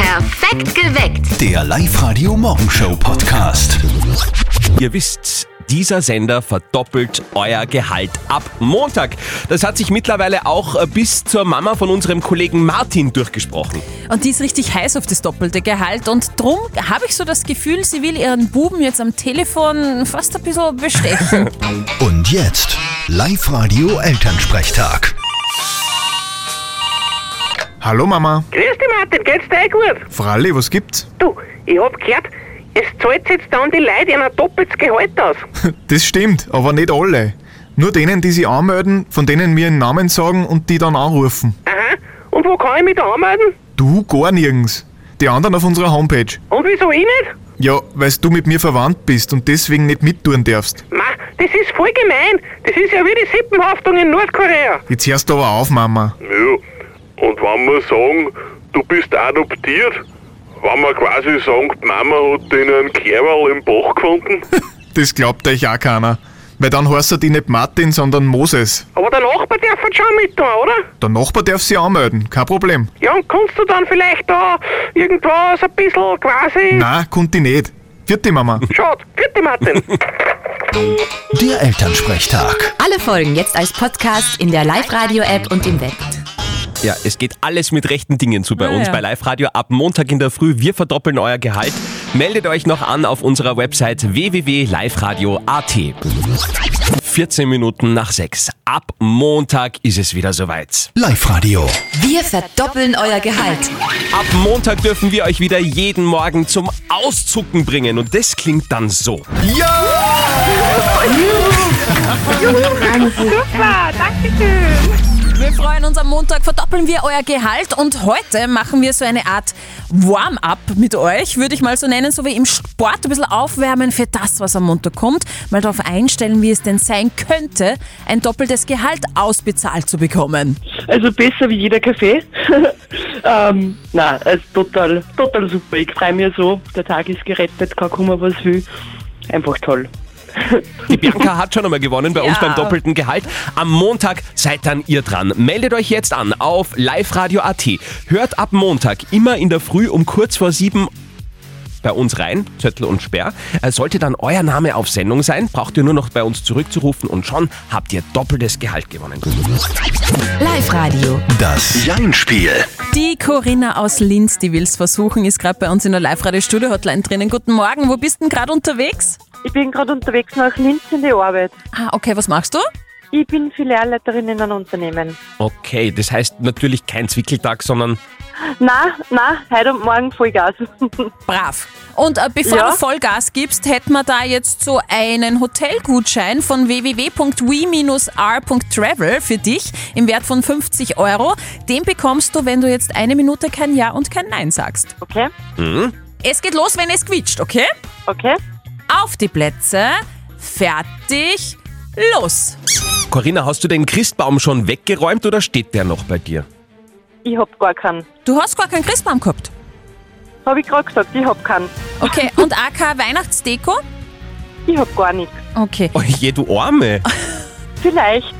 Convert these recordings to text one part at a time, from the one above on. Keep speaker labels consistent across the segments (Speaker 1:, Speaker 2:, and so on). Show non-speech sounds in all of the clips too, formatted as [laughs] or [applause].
Speaker 1: Perfekt geweckt.
Speaker 2: Der Live-Radio Morgenshow Podcast.
Speaker 3: Ihr wisst, dieser Sender verdoppelt euer Gehalt ab Montag. Das hat sich mittlerweile auch äh, bis zur Mama von unserem Kollegen Martin durchgesprochen.
Speaker 4: Und die ist richtig heiß auf das doppelte Gehalt. Und drum habe ich so das Gefühl, sie will ihren Buben jetzt am Telefon fast ein bisschen bestechen.
Speaker 2: Und jetzt Live-Radio Elternsprechtag.
Speaker 5: Hallo Mama.
Speaker 6: Grüß dich, Martin, geht's dir eh gut?
Speaker 5: Fralli, was gibt's?
Speaker 6: Du, ich hab gehört, es zahlt jetzt dann die Leute ein doppeltes Gehalt aus.
Speaker 5: Das stimmt, aber nicht alle. Nur denen, die sich anmelden, von denen mir einen Namen sagen und die dann anrufen.
Speaker 6: Aha, und wo kann ich mich da anmelden?
Speaker 5: Du gar nirgends. Die anderen auf unserer Homepage.
Speaker 6: Und wieso ich nicht?
Speaker 5: Ja, weil du mit mir verwandt bist und deswegen nicht mittun darfst.
Speaker 6: Ma, das ist voll gemein. Das ist ja wie die Sippenhaftung in Nordkorea.
Speaker 5: Jetzt hörst du aber auf, Mama.
Speaker 7: Ja, und wenn wir sagen, du bist adoptiert, wenn man quasi sagt, die Mama hat den einen Kerl im Bach gefunden,
Speaker 5: Das glaubt euch auch keiner. Weil dann heißt er die nicht Martin, sondern Moses.
Speaker 6: Aber der Nachbar darf halt schon mit da, oder?
Speaker 5: Der Nachbar darf sich anmelden, kein Problem.
Speaker 6: Ja, und kannst du dann vielleicht da irgendwas ein bisschen quasi...
Speaker 5: Na, konnte ich nicht. Vierte Mama.
Speaker 6: Schade, bitte Martin.
Speaker 1: [laughs]
Speaker 2: Der Elternsprechtag.
Speaker 8: [laughs] Alle Folgen jetzt als Podcast in der Live-Radio-App und im Web.
Speaker 3: Ja, es geht alles mit rechten Dingen zu bei
Speaker 4: Ah,
Speaker 3: uns
Speaker 4: ja.
Speaker 3: bei Live Radio ab Montag in der Früh. Wir verdoppeln euer Gehalt. Meldet euch noch an auf unserer Website www.liveradio.at. 14 Minuten nach 6. Ab Montag ist es wieder soweit.
Speaker 2: Live-Radio.
Speaker 8: Wir verdoppeln euer Gehalt.
Speaker 3: Ab Montag dürfen wir euch wieder jeden Morgen zum Auszucken bringen und das klingt dann so.
Speaker 6: Super, danke schön.
Speaker 4: wir freuen uns am Montag, verdoppeln wir euer Gehalt und heute machen wir so eine Art Warm-up mit euch, würde ich mal so nennen, so wie im Sport ein bisschen aufwärmen für das, was am Montag kommt. Mal darauf einstellen, wie es denn sein könnte, ein doppeltes Gehalt ausbezahlt zu bekommen.
Speaker 9: Also besser wie jeder Kaffee. ähm, nein, also total, total super. Ich freue mich so. Der Tag ist gerettet, kann kommen, was will. Einfach toll.
Speaker 3: Die Bianca hat schon einmal gewonnen bei uns
Speaker 4: Ja.
Speaker 3: beim doppelten Gehalt. Am Montag seid dann ihr dran. Meldet euch jetzt an auf liveradio.at. Hört ab Montag immer in der Früh um kurz vor sieben bei uns rein, Zöttl und Sperr. Äh, Sollte dann euer Name auf Sendung sein, braucht ihr nur noch bei uns zurückzurufen und schon habt ihr doppeltes Gehalt gewonnen.
Speaker 8: Live-Radio.
Speaker 2: Das Jein-Spiel.
Speaker 4: Die Corinna aus Linz, die will's versuchen, ist gerade bei uns in der Live-Radio-Studio-Hotline drinnen. Guten Morgen, wo bist denn gerade unterwegs?
Speaker 10: Ich bin gerade unterwegs nach Linz in die Arbeit.
Speaker 4: Ah, okay, was machst du?
Speaker 10: Ich bin Filialleiterin in einem Unternehmen.
Speaker 3: Okay, das heißt natürlich kein Zwickeltag, sondern
Speaker 10: Na, na, heute und morgen Vollgas. [laughs]
Speaker 4: Brav. Und äh, bevor
Speaker 10: Ja.
Speaker 4: du Vollgas gibst, hätten wir da jetzt so einen Hotelgutschein von www.we-r.travel für dich im Wert von 50 Euro. Den bekommst du, wenn du jetzt eine Minute kein Ja und kein Nein sagst.
Speaker 10: Okay,
Speaker 4: Es geht los, wenn es quietscht, okay?
Speaker 10: okay.
Speaker 4: Auf die Plätze, fertig, los!
Speaker 3: Corinna, hast du den Christbaum schon weggeräumt oder steht der noch bei dir?
Speaker 10: Ich hab gar keinen.
Speaker 4: Du hast gar keinen Christbaum gehabt.
Speaker 10: Hab ich gerade gesagt, ich hab keinen.
Speaker 4: Okay, und AK Weihnachtsdeko?
Speaker 10: Ich hab gar nichts.
Speaker 4: Okay.
Speaker 3: Oh je, du Arme.
Speaker 10: Vielleicht.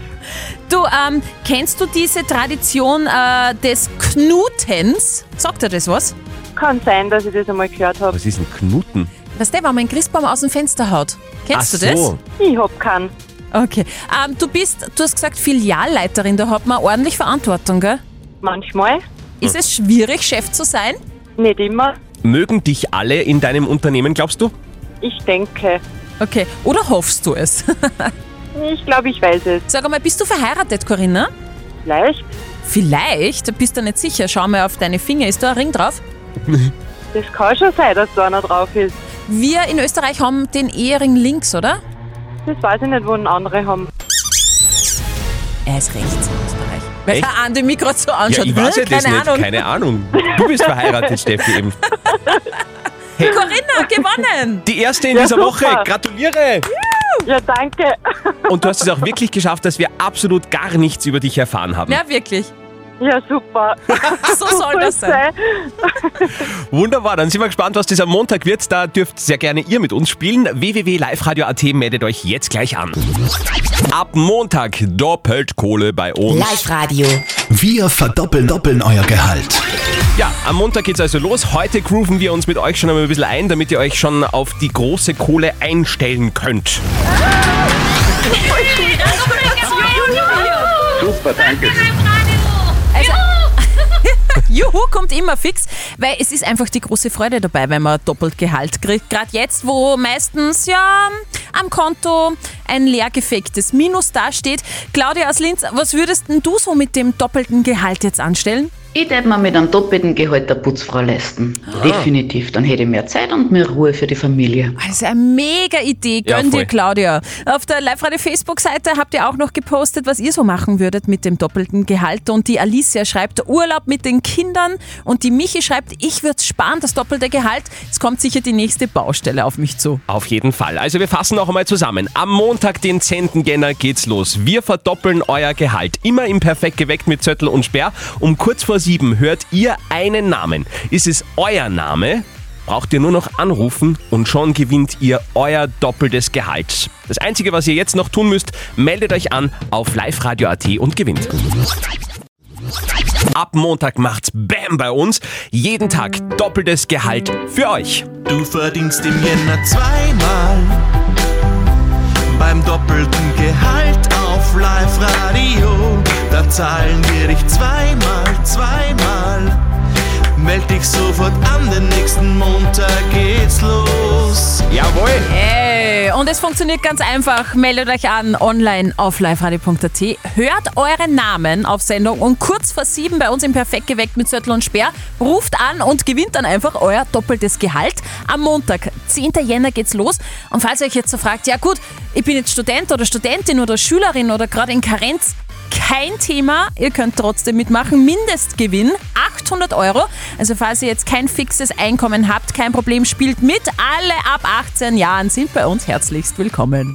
Speaker 4: Du, ähm, kennst du diese Tradition äh, des Knutens? Sagt dir das was?
Speaker 10: Kann sein, dass ich das einmal gehört habe.
Speaker 3: Was ist ein Knuten?
Speaker 4: Weißt du, wenn man einen Christbaum aus dem Fenster haut? Kennst du
Speaker 3: so.
Speaker 10: Ich hab keinen.
Speaker 4: das? Okay. Ähm, du bist, du hast gesagt, Filialleiterin, da hat man ordentlich Verantwortung, gell?
Speaker 10: Manchmal,
Speaker 4: Ist es schwierig, Chef zu sein?
Speaker 10: nicht immer.
Speaker 3: Mögen dich alle in deinem Unternehmen, glaubst du?
Speaker 10: Ich denke.
Speaker 4: Okay. Oder hoffst du es? [laughs]
Speaker 10: Ich glaube, ich weiß es.
Speaker 4: Sag einmal, bist du verheiratet, Corinna?
Speaker 10: Vielleicht.
Speaker 4: Vielleicht, da bist du nicht sicher. Schau mal auf deine Finger, ist da ein Ring drauf?
Speaker 10: Das kann schon sein, dass da einer drauf ist.
Speaker 4: Wir in Österreich haben den Ehering links, oder?
Speaker 10: Das weiß ich nicht, wo ein andere haben.
Speaker 4: Er ist rechts in Österreich. Weil
Speaker 3: Echt?
Speaker 4: der Andi mich gerade so
Speaker 3: Ja,
Speaker 4: anschaut.
Speaker 3: ich weiß ja
Speaker 4: Hm,
Speaker 3: das nicht.
Speaker 4: keine Ahnung. [laughs]
Speaker 3: Keine Ahnung. Du bist verheiratet, Steffi eben.
Speaker 4: Corinna, gewonnen!
Speaker 3: Die erste in
Speaker 10: Ja,
Speaker 3: dieser
Speaker 10: super.
Speaker 3: Woche. Gratuliere!
Speaker 10: Ja, danke. [laughs]
Speaker 3: Und du hast es auch wirklich geschafft, dass wir absolut gar nichts über dich erfahren haben.
Speaker 4: Ja, wirklich. [laughs]
Speaker 10: Ja, super.
Speaker 4: So soll das sein.
Speaker 3: Wunderbar, dann sind wir gespannt, was dieser Montag wird. Da dürft sehr gerne ihr mit uns spielen. www.liveradio.at meldet euch jetzt gleich an. Ab Montag doppelt Kohle bei uns.
Speaker 8: Live-Radio.
Speaker 2: Wir verdoppeln doppeln euer Gehalt.
Speaker 3: Ja, am Montag geht's also los. Heute grooven wir uns mit euch schon einmal ein bisschen ein, damit ihr euch schon auf die große Kohle einstellen könnt.
Speaker 7: Super, danke.
Speaker 1: Also,
Speaker 4: Juhu, kommt immer fix, weil es ist einfach die große Freude dabei, wenn man doppelt Gehalt kriegt. Gerade jetzt, wo meistens ja am Konto ein leer gefegtes Minus dasteht. Claudia aus Linz, was würdest denn du so mit dem doppelten Gehalt jetzt anstellen?
Speaker 1: Ich würde mir mit einem doppelten Gehalt der Putzfrau leisten. Definitiv. Dann hätte ich mehr Zeit und mehr Ruhe für die Familie.
Speaker 4: Ah, Das ist eine mega Idee.
Speaker 3: Ja,
Speaker 4: Gönn
Speaker 3: voll.
Speaker 4: dir, Claudia. Auf der Live-Radio-Facebook-Seite habt ihr auch noch gepostet, was ihr so machen würdet mit dem doppelten Gehalt. Und die Alicia schreibt Urlaub mit den Kindern. Und die Michi schreibt, ich würde sparen, das doppelte Gehalt. Es kommt sicher die nächste Baustelle auf mich zu.
Speaker 3: Auf jeden Fall. Also wir fassen noch einmal zusammen. Am Montag, den 10. Jänner, geht's los. Wir verdoppeln euer Gehalt. Immer im Perfekt geweckt mit Zöttel und Sperr. Um kurz vor sieben hört ihr einen Namen. Ist es euer Name? Braucht ihr nur noch anrufen und schon gewinnt ihr euer doppeltes Gehalt. Das Einzige, was ihr jetzt noch tun müsst, meldet euch an auf liveradio.at und gewinnt. Ab Montag macht's Bam bei uns. Jeden Tag doppeltes Gehalt für euch.
Speaker 11: Du verdienst im Jänner zweimal beim doppelten Gehalt auf Live-Radio. Da zahlen wir dich zweimal, zweimal. Meld dich sofort an, den nächsten Montag geht's los.
Speaker 3: Jawohl!
Speaker 4: Ey, und es funktioniert ganz einfach. Meldet euch an online auf liveradio.at. Hört euren Namen auf Sendung und kurz vor sieben bei uns im Perfekt geweckt mit Zöttl und Speer. Ruft an und gewinnt dann einfach euer doppeltes Gehalt. Am Montag, 10. Jänner geht's los. Und falls ihr euch jetzt so fragt, ja gut, ich bin jetzt Student oder Studentin oder Schülerin oder gerade in Karenz, kein Thema, ihr könnt trotzdem mitmachen. Mindestgewinn 800 Euro. Also falls ihr jetzt kein fixes Einkommen habt, kein Problem, spielt mit. Alle ab 18 Jahren sind bei uns herzlichst willkommen.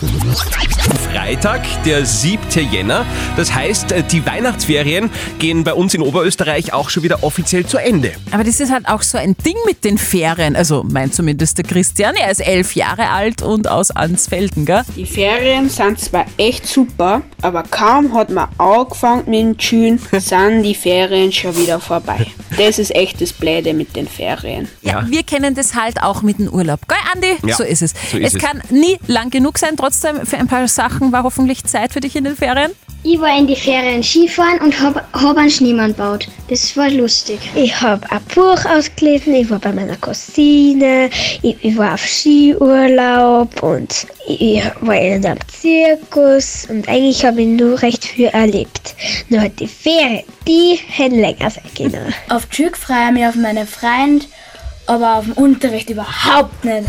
Speaker 3: Freitag, der 7. Jänner. Das heißt, die Weihnachtsferien gehen bei uns in Oberösterreich auch schon wieder offiziell zu Ende.
Speaker 4: Aber das ist halt auch so ein Ding mit den Ferien. Also meint zumindest der Christian, er ist elf Jahre alt und aus Ansfelden, gell?
Speaker 9: Die Ferien sind zwar echt super, aber kaum hat man angefangen mit dem Tschüen, sind die Ferien schon wieder vorbei. Das ist echt das Blöde mit den Ferien.
Speaker 3: Ja.
Speaker 4: Wir kennen das halt auch mit dem Urlaub. Gell, Andi?
Speaker 3: Ja,
Speaker 4: so ist es.
Speaker 3: so ist
Speaker 4: es
Speaker 3: es.
Speaker 4: kann nie lang genug sein. Trotzdem, für ein paar Sachen war hoffentlich Zeit für dich in den Ferien.
Speaker 1: Ich war in die Ferien Skifahren und habe hab einen Schneemann gebaut. Das war lustig. Ich habe ein Buch ausgelesen, ich war bei meiner Cousine, ich, ich war auf Skiurlaub und ich, ich war in einem Zirkus und eigentlich habe ich nur recht viel erlebt. Nur halt die Ferien, die hätten länger sein können.
Speaker 10: Auf die Schule freue ich mich auf meinen Freund, aber auf den Unterricht überhaupt nicht.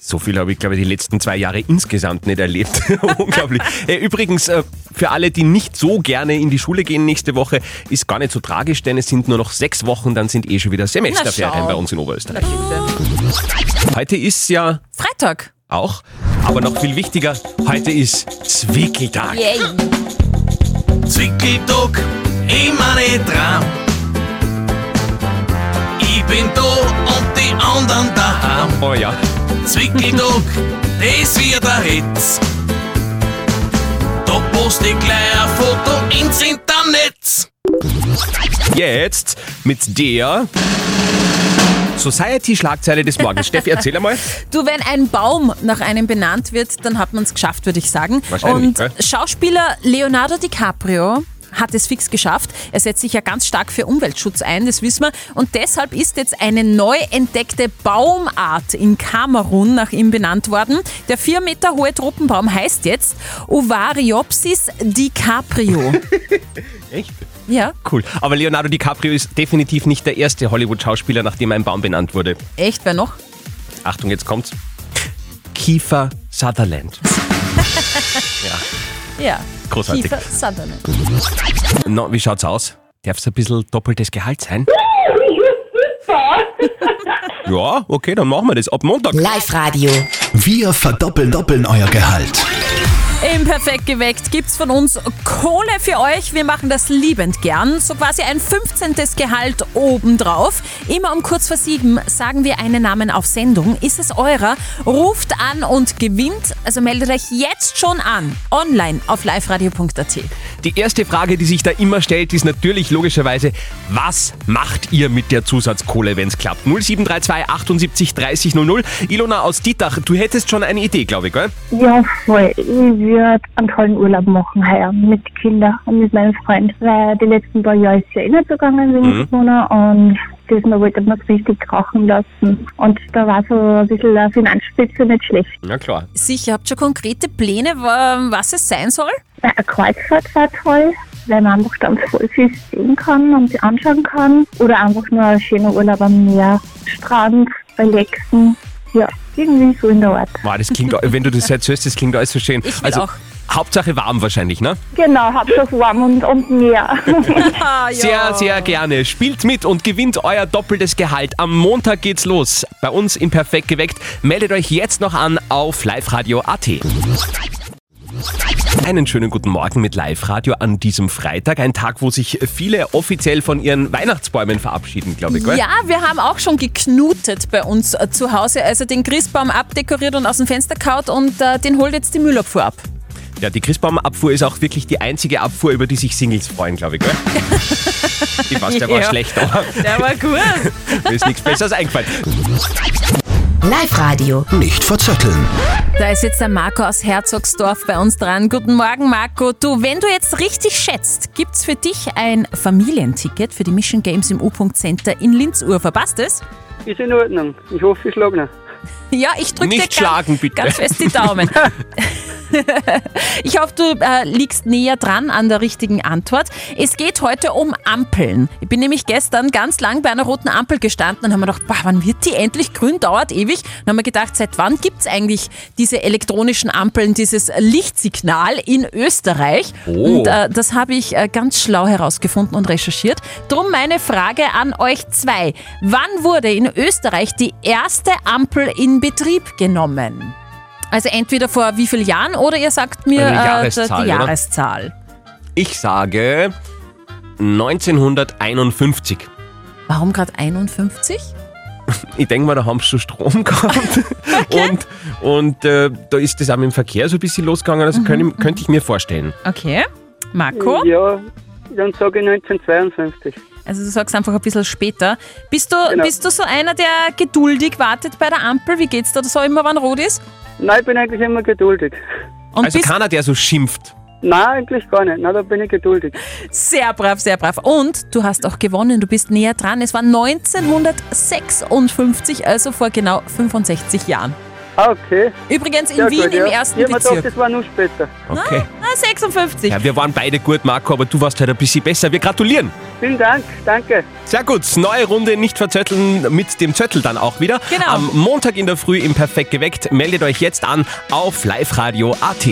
Speaker 3: So viel habe ich, glaube ich, die letzten zwei Jahre insgesamt nicht erlebt. [laughs] Unglaublich. Äh, Übrigens, äh, für alle, die nicht so gerne in die Schule gehen nächste Woche, ist gar nicht so tragisch, denn es sind nur noch sechs Wochen, dann sind eh schon wieder
Speaker 4: Na,
Speaker 3: Semesterferien
Speaker 4: schau.
Speaker 3: bei uns in Oberösterreich. Heute ist ja
Speaker 4: Freitag.
Speaker 3: auch, aber noch viel wichtiger, heute ist Zwickeltag.
Speaker 4: Yay.
Speaker 11: Zwickeldock, immer nicht dran. Ich bin da und die anderen daheim.
Speaker 3: Oh ja.
Speaker 11: Zwickeldock, das wird der Hitz. Da poste ich gleich ein Foto ins Internet.
Speaker 3: Jetzt mit der Society-Schlagzeile des Morgens. Steffi, erzähl einmal.
Speaker 4: Du, wenn ein Baum nach einem benannt wird, dann hat man es geschafft, würde ich sagen.
Speaker 3: Wahrscheinlich,
Speaker 4: Und
Speaker 3: gell?
Speaker 4: Schauspieler Leonardo DiCaprio hat es fix geschafft. Er setzt sich ja ganz stark für Umweltschutz ein, das wissen wir. Und deshalb ist jetzt eine neu entdeckte Baumart in Kamerun nach ihm benannt worden. Der vier Meter hohe Tropenbaum heißt jetzt Ovariopsis DiCaprio.
Speaker 3: [laughs] Echt?
Speaker 4: ja,
Speaker 3: [laughs] Cool. Aber Leonardo DiCaprio ist definitiv nicht der erste Hollywood-Schauspieler, nachdem ein Baum benannt wurde.
Speaker 4: echt, wer noch?
Speaker 3: Achtung, jetzt kommt's. Kiefer Sutherland.
Speaker 4: Ja.
Speaker 3: Großartig.
Speaker 4: Kiefer Sutherland.
Speaker 3: Na, wie schaut's aus? Darf's ein bisschen doppeltes Gehalt sein? ja, okay, dann machen wir das ab Montag.
Speaker 8: Live-Radio.
Speaker 2: Wir verdoppeln doppeln euer Gehalt.
Speaker 4: Im Perfekt geweckt gibt's von uns Kohle für euch. Wir machen das liebend gern. So quasi ein 15. Gehalt obendrauf. Immer um kurz vor sieben sagen wir einen Namen auf Sendung. Ist es eurer? Ruft an und gewinnt. Also meldet euch jetzt schon an. Online auf liveradio.at.
Speaker 3: Die erste Frage, die sich da immer stellt, ist natürlich logischerweise, was macht ihr mit der Zusatzkohle, wenn es klappt? 0732 78 30 00. Ilona aus Dietach, du hättest schon eine Idee, glaube ich, gell?
Speaker 12: Ja, voll. Ich würde einen tollen Urlaub machen heuer mit Kindern und mit meinem Freund, weil die letzten paar Jahre ist ja eh nicht so gegangen wegen
Speaker 13: Mhm.
Speaker 12: Corona und diesmal wollte man es richtig krachen lassen. Und da war so ein bisschen eine Finanzspitze nicht schlecht.
Speaker 3: Na klar.
Speaker 4: Sicher, habt ihr schon konkrete Pläne, wa- was es sein soll?
Speaker 12: Eine Kreuzfahrt war toll, weil man einfach ganz voll viel sehen kann und sich anschauen kann. Oder einfach nur ein schöner Urlaub am Meer, Strand, relaxen. Ja, irgendwie so in der Art.
Speaker 3: Wow, das klingt, wenn du das jetzt hörst, das klingt alles so schön.
Speaker 12: Ich will
Speaker 3: also,
Speaker 12: auch.
Speaker 3: Hauptsache warm wahrscheinlich, ne?
Speaker 12: Genau, Hauptsache warm und, und Meer.
Speaker 3: Sehr, sehr gerne. Spielt mit und gewinnt euer doppeltes Gehalt. Am Montag geht's los. Bei uns im Perfekt geweckt. Meldet euch jetzt noch an auf liveradio.at. Einen schönen guten Morgen mit Live Radio an diesem Freitag. Ein Tag, wo sich viele offiziell von ihren Weihnachtsbäumen verabschieden, glaube ich. gell?
Speaker 4: Ja, wir haben auch schon geknutet bei uns äh, zu Hause. Also den Christbaum abdekoriert und aus dem Fenster kaut und äh, den holt jetzt die Müllabfuhr ab.
Speaker 3: ja, die Christbaumabfuhr ist auch wirklich die einzige Abfuhr, über die sich Singles freuen, glaube
Speaker 4: [laughs]
Speaker 3: ich. Gell? Ich weiß, der war
Speaker 4: Ja.
Speaker 3: schlecht, aber
Speaker 4: Der war gut.
Speaker 3: mir ist nichts Besseres eingefallen.
Speaker 4: Live Radio.
Speaker 2: Nicht verzetteln.
Speaker 4: Da ist jetzt der Marco aus Herzogsdorf bei uns dran. Guten Morgen, Marco. Du, wenn du jetzt richtig schätzt, gibt's für dich ein Familienticket für die Mission Games im U-Punkt Center in Linz-Uhr. Verpasst es?
Speaker 14: Ist in Ordnung. Ich hoffe, ich schlage noch.
Speaker 4: Ja, ich drücke dir
Speaker 14: Nicht
Speaker 4: ganz,
Speaker 14: schlagen, bitte.
Speaker 4: ganz fest
Speaker 14: [laughs]
Speaker 4: die Daumen. ich hoffe, du äh, liegst näher dran an der richtigen Antwort. Es geht heute um Ampeln. Ich bin nämlich gestern ganz lang bei einer roten Ampel gestanden und habe mir gedacht, boah, wann wird die endlich grün? Dauert ewig. Und habe mir gedacht, seit wann gibt es eigentlich diese elektronischen Ampeln, dieses Lichtsignal in Österreich?
Speaker 15: Oh.
Speaker 4: Und äh, das habe ich äh, ganz schlau herausgefunden und recherchiert. Drum meine Frage an euch zwei. Wann wurde in Österreich die erste Ampel in Betrieb genommen? Also entweder vor wie vielen Jahren oder ihr sagt mir
Speaker 3: Eine
Speaker 4: äh, die-
Speaker 3: Jahreszahl,
Speaker 4: die
Speaker 3: oder?
Speaker 4: Jahreszahl.
Speaker 3: Ich sage 1951.
Speaker 4: Warum gerade 51?
Speaker 3: Ich denke mal, da haben sie schon Strom gehabt. Und, und äh, da ist das auch mit dem Verkehr so ein bisschen losgegangen. Das könnte ich- könnte ich mir vorstellen.
Speaker 4: Okay. Marco?
Speaker 14: Ja, dann sage ich 1952.
Speaker 4: Also du sagst einfach ein bisschen später. Bist du,
Speaker 14: Genau.
Speaker 4: bist du so einer, der geduldig wartet bei der Ampel? Wie geht's dir? Da so immer, wann rot ist?
Speaker 14: Nein, ich bin eigentlich immer geduldig.
Speaker 3: also keiner, der so schimpft.
Speaker 14: Nein, eigentlich gar nicht. Nein, da bin ich geduldig.
Speaker 4: Sehr brav, sehr brav. Und du hast auch gewonnen, du bist näher dran. Es war 1956, also vor genau 65 Jahren.
Speaker 14: Ah, Okay.
Speaker 4: Übrigens in
Speaker 14: Sehr
Speaker 4: Wien
Speaker 14: gut,
Speaker 4: im
Speaker 14: ja.
Speaker 4: ersten
Speaker 14: ja, man
Speaker 4: Bezirk.
Speaker 14: Dachte, das war nur später.
Speaker 3: Okay.
Speaker 4: Ah, 56.
Speaker 3: Ja, wir waren beide gut, Marco, aber du warst halt ein bisschen besser. Wir gratulieren.
Speaker 14: Vielen Dank, danke.
Speaker 3: Sehr gut. Neue Runde nicht verzötteln mit dem Zöttel dann auch wieder.
Speaker 4: Genau.
Speaker 3: Am Montag in der Früh im Perfekt geweckt. Meldet euch jetzt an auf liveradio.at.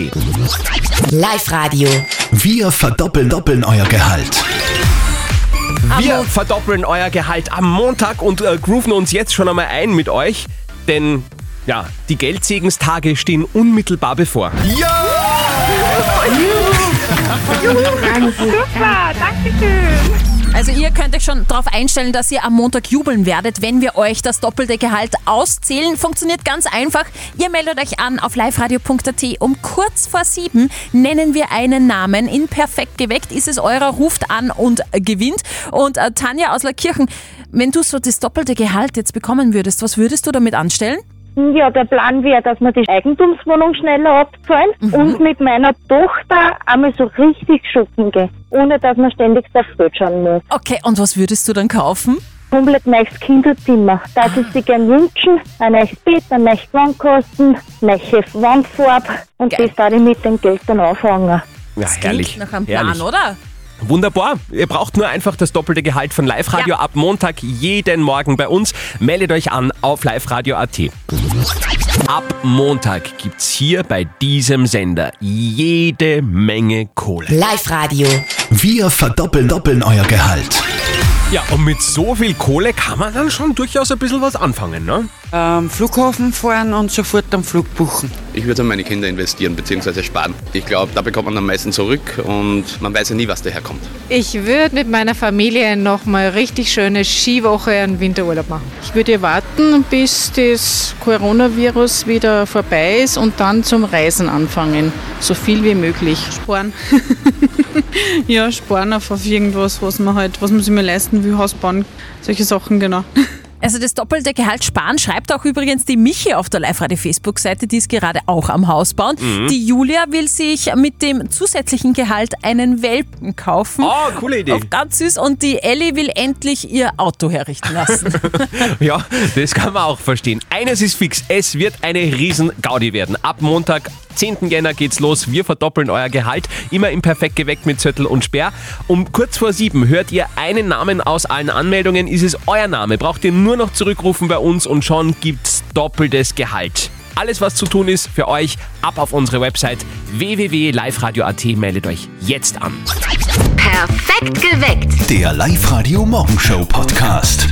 Speaker 2: Live Radio. Wir verdoppeln doppeln euer Gehalt.
Speaker 3: Wir verdoppeln euer Gehalt am Montag und äh, grooven uns jetzt schon einmal ein mit euch, denn ja, die Geldsegenstage stehen unmittelbar bevor.
Speaker 10: Ah,
Speaker 4: Super, danke schön. Also ihr könnt euch schon darauf einstellen, dass ihr am Montag jubeln werdet, wenn wir euch das doppelte Gehalt auszählen. Funktioniert ganz einfach. Ihr meldet euch an auf liveradio.at. Um kurz vor sieben nennen wir einen Namen. In Perfekt geweckt ist es eurer, ruft an und gewinnt. Und äh, Tanja aus Lackirchen, wenn du so das doppelte Gehalt jetzt bekommen würdest, was würdest du damit anstellen?
Speaker 13: Ja, der Plan wäre, dass wir die Eigentumswohnung schneller abzahlen
Speaker 4: Mhm.
Speaker 13: und mit meiner Tochter einmal so richtig shoppen gehen, ohne dass man ständig auf Geld schauen muss.
Speaker 4: Okay, und was würdest du dann kaufen?
Speaker 13: Komplett neues Kinderzimmer. Das ich sie gern wünschen. Ein neues Bett, ein neues Wandkosten, neue Wandfarbe. Und das darf ich mit dem Geld dann anfangen.
Speaker 3: Ja, herrlich.
Speaker 4: Nach einem Plan,
Speaker 3: herrlich.
Speaker 4: oder?
Speaker 3: Wunderbar. Ihr braucht nur einfach das doppelte Gehalt von Live Radio ab Montag jeden Morgen bei uns. Meldet euch an auf liveradio.at. Ab Montag gibt's hier bei diesem Sender jede Menge Kohle.
Speaker 2: Live Radio. Wir verdoppeln doppeln euer Gehalt.
Speaker 3: Ja, und mit so viel Kohle kann man dann schon durchaus ein bisschen was anfangen, ne?
Speaker 16: Am Flughafen fahren und sofort am Flug buchen.
Speaker 15: Ich würde es an meine Kinder investieren bzw. sparen. Ich glaube, da bekommt man am meisten zurück und man weiß ja nie, was daherkommt.
Speaker 16: Ich würde mit meiner Familie nochmal richtig schöne Skiwoche einen Winterurlaub machen. Ich würde warten, bis das Coronavirus wieder vorbei ist und dann zum Reisen anfangen. So viel wie möglich.
Speaker 17: Sparen. [laughs] ja, sparen auf, auf irgendwas, was man halt, was man sich mal leisten will, Haus bauen, solche Sachen, genau.
Speaker 4: Also das doppelte Gehalt sparen schreibt auch übrigens die Michi auf der Live-Radio-Facebook-Seite, die ist gerade auch am Haus bauen.
Speaker 3: Mhm.
Speaker 4: Die Julia will sich mit dem zusätzlichen Gehalt einen Welpen kaufen.
Speaker 3: Oh, coole Idee.
Speaker 4: Auf ganz süß. Und die Ellie will endlich ihr Auto herrichten lassen.
Speaker 3: Ja, das kann man auch verstehen. Eines ist fix, es wird eine Riesen-Gaudi werden. Ab Montag, 10. Jänner geht's los. Wir verdoppeln euer Gehalt. Immer im Perfekt geweckt mit Zettel und Sperr. Um kurz vor sieben hört ihr einen Namen aus allen Anmeldungen. Ist es euer Name? Braucht ihr nur noch zurückrufen bei uns und schon gibt's doppeltes Gehalt. Alles, was zu tun ist für euch, ab auf unsere Website www.liveradio.at. Meldet euch jetzt an.
Speaker 2: Perfekt geweckt. Der Live-Radio Morgenshow Podcast.